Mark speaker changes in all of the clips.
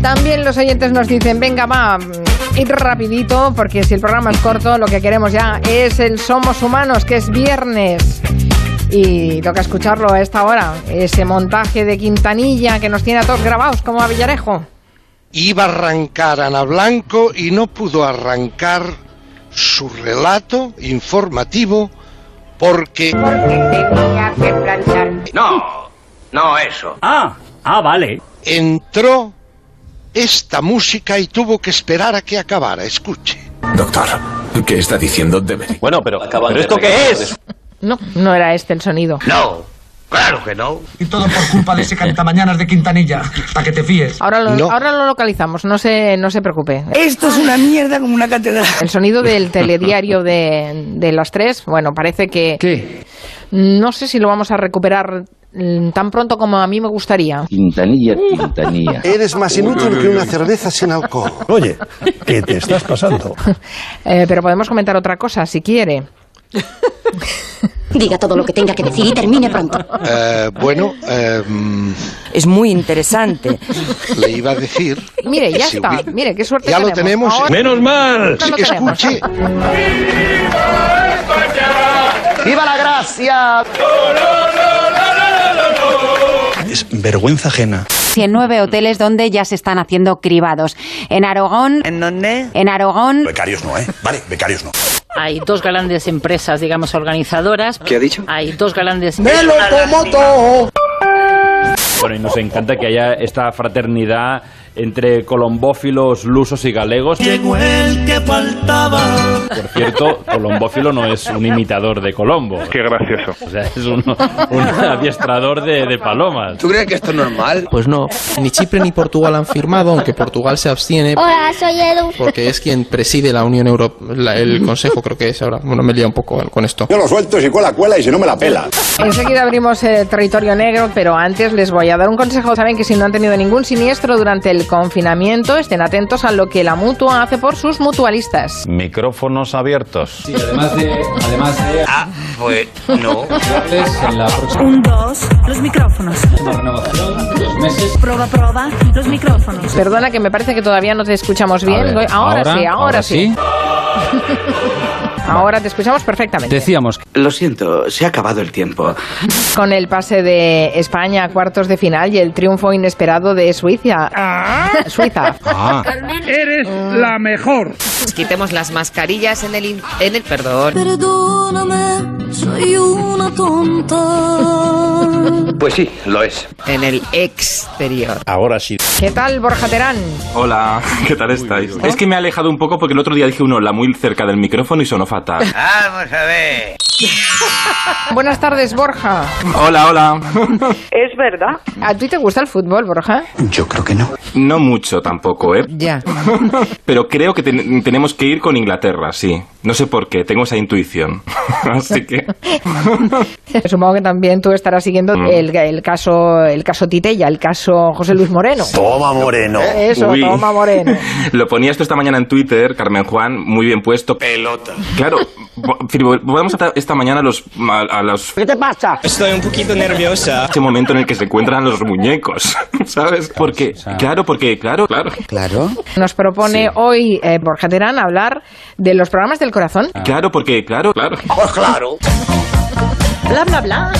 Speaker 1: También los oyentes nos dicen, venga, va, ir rapidito, porque si el programa es corto, lo que queremos ya es el Somos Humanos, que es viernes. Y toca escucharlo a esta hora, ese montaje de Quintanilla que nos tiene a todos grabados como a Villarejo.
Speaker 2: Iba a arrancar Ana Blanco y no pudo arrancar su relato informativo porque...
Speaker 3: Porque tenía que plantar.
Speaker 4: No, no eso.
Speaker 5: Ah, ah, vale.
Speaker 2: entró esta música y tuvo que esperar a que acabara. Escuche.
Speaker 6: Doctor, ¿qué está diciendo Demery?
Speaker 4: Bueno, pero,
Speaker 7: Acaban
Speaker 4: ¿pero
Speaker 7: de
Speaker 4: esto qué
Speaker 7: regalar
Speaker 4: es?
Speaker 1: No, no era este el sonido.
Speaker 4: No, claro que no.
Speaker 8: Y todo por culpa de ese cantamañanas de Quintanilla. Para que te fíes.
Speaker 1: Ahora lo,
Speaker 2: No.
Speaker 1: ahora lo localizamos, no se, no se preocupe.
Speaker 9: Esto es una mierda como una catedral.
Speaker 1: El sonido del telediario de, de las tres, bueno, parece que...
Speaker 5: ¿Qué?
Speaker 1: No sé si lo vamos a recuperar mm, tan pronto como a mí me gustaría.
Speaker 10: Quintanilla, Quintanilla.
Speaker 11: Eres más inútil que una cerveza sin alcohol.
Speaker 6: Oye, ¿qué te estás pasando?
Speaker 1: Eh, pero podemos comentar otra cosa, si quiere.
Speaker 3: Diga todo lo que tenga que decir y termine pronto.
Speaker 2: Eh, bueno, em,
Speaker 9: Es muy interesante.
Speaker 2: le iba a decir...
Speaker 1: Mire,
Speaker 2: que
Speaker 1: ya
Speaker 2: si
Speaker 1: está.
Speaker 2: hubi-
Speaker 1: Mire, qué suerte
Speaker 2: Ya lo tenemos.
Speaker 1: tenemos. Ahora-
Speaker 7: ¡Menos mal!
Speaker 1: Ya lo tenemos.
Speaker 2: Escuche,
Speaker 10: ¡Viva la gracia!
Speaker 6: Es vergüenza ajena.
Speaker 3: 109 hoteles donde ya se están haciendo cribados. En Aragón,
Speaker 9: ¿En dónde?
Speaker 3: en Aragón,
Speaker 6: Becarios no, ¿eh? Vale, becarios no.
Speaker 12: Hay dos grandes empresas, digamos, organizadoras.
Speaker 10: ¿Qué ha dicho?
Speaker 12: Hay dos grandes...
Speaker 7: Bueno, y nos encanta que haya esta fraternidad entre colombófilos, lusos y galegos.
Speaker 5: Llegó el que faltaba.
Speaker 7: Por cierto, colombófilo no es un imitador de Colombo.
Speaker 11: Qué gracioso.
Speaker 7: O sea, es un, un adiestrador de, de palomas.
Speaker 10: ¿Tú crees que esto es normal?
Speaker 8: Pues no, ni Chipre ni Portugal han firmado, aunque Portugal se abstiene
Speaker 3: Hola, soy Edu.
Speaker 8: porque es quien preside la Unión Europea, el Consejo creo que es ahora. Bueno, me lía un poco con esto.
Speaker 6: Yo lo suelto si cuela, cuela y si no me la pela.
Speaker 1: Enseguida abrimos el territorio negro, pero antes les voy a dar un consejo. Saben que si no han tenido ningún siniestro durante el confinamiento, estén atentos a lo que la mutua hace por sus mutualistas.
Speaker 7: Micrófonos abiertos.
Speaker 10: Sí, además de. Además de.
Speaker 4: Ah, pues no.
Speaker 10: en la próxima.
Speaker 12: Un, dos, los micrófonos.
Speaker 10: renovación, dos meses.
Speaker 12: Proba, proba, los micrófonos.
Speaker 1: Perdona que me parece que todavía no te escuchamos bien.
Speaker 10: ver,
Speaker 1: Ahora, sí, ahora, sí. Ahora te escuchamos perfectamente.
Speaker 10: Decíamos. Lo siento, se ha acabado el tiempo.
Speaker 1: Con el pase de España a cuartos de final y el triunfo inesperado de Suiza. Suiza.
Speaker 5: Ah. Eres la mejor.
Speaker 12: Pues Quitemos las mascarillas en el... in- En el perdón.
Speaker 3: Perdóname, soy una tonta.
Speaker 4: Pues sí, lo es.
Speaker 12: En el exterior.
Speaker 6: Ahora sí.
Speaker 1: ¿Qué tal, Borja Terán?
Speaker 10: Hola, ¿qué tal estáis? Es que me he alejado un poco porque el otro día dije uno, la muy cerca del micrófono y sonó fatal.
Speaker 4: Vamos a ver.
Speaker 1: Buenas tardes, Borja.
Speaker 10: Hola, hola.
Speaker 1: Es verdad. ¿A ti te gusta el fútbol, Borja?
Speaker 10: Yo creo que no.
Speaker 8: No mucho tampoco, ¿eh?
Speaker 1: Ya.
Speaker 8: Pero creo que ten- tenemos que ir con Inglaterra, sí. No sé por qué, tengo esa intuición. Así que...
Speaker 1: Supongo que también tú estarás siguiendo
Speaker 10: Mm.
Speaker 1: el, el caso el caso Titella, el caso José Luis Moreno.
Speaker 6: Toma, Moreno.
Speaker 1: Eso,
Speaker 8: Uy.
Speaker 1: toma Moreno.
Speaker 8: Lo ponía esto esta mañana en Twitter, Carmen Juan, muy bien puesto. Pelota. Claro, vo- fir- volvemos a esta mañana a los... A, a los
Speaker 10: ¿Qué te pasa?
Speaker 11: Estoy un poquito nerviosa.
Speaker 8: ese este momento en el que se encuentran los muñecos, ¿sabes? Porque, claro, porque, claro, claro.
Speaker 10: Claro.
Speaker 1: Nos propone hoy eh, Borja Terán hablar de los programas del corazón.
Speaker 8: Claro, porque, claro, claro.
Speaker 4: Pues claro.
Speaker 12: Bla, bla, bla.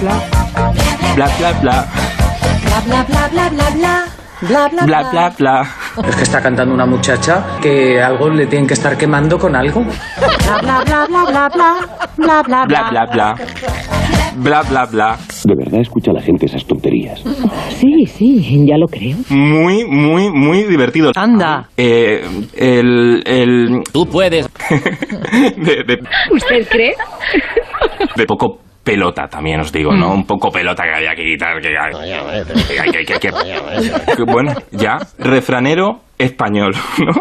Speaker 8: Bla, bla, bla,
Speaker 3: Bla, bla, bla, bla, bla. Bla, bla,
Speaker 8: bla, bla, bla.
Speaker 10: Es que está cantando una muchacha que algo le tienen que estar quemando con algo.
Speaker 3: Bla, bla, bla, bla, bla, bla. Bla, bla,
Speaker 8: Bla, bla, bla. Bla, bla, bla.
Speaker 10: De verdad escucha la gente esas tonterías.
Speaker 12: Sí, sí, ya lo creo.
Speaker 8: Muy, muy, muy divertido.
Speaker 12: Anda.
Speaker 8: Eh, el... el
Speaker 7: Tú puedes.
Speaker 8: de, de,
Speaker 12: ¿Usted cree?
Speaker 8: de poco pelota también os digo,
Speaker 3: Mm.
Speaker 8: ¿no? Un poco pelota que había que quitar, que, que- que- que- que- que- bueno, ya, refranero español, ¿no?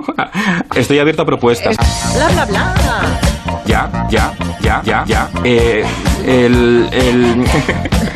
Speaker 8: Estoy abierto a propuestas.
Speaker 12: Bla, bla, bla.
Speaker 8: Ya, ya, ya, ya, ya. Eh, el, el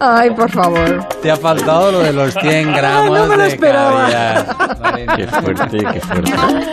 Speaker 1: Ay, por favor.
Speaker 13: Te ha faltado lo de los 100 gramos
Speaker 1: no me lo
Speaker 13: de
Speaker 1: esperaba.
Speaker 13: caviar. Qué fuerte, qué fuerte.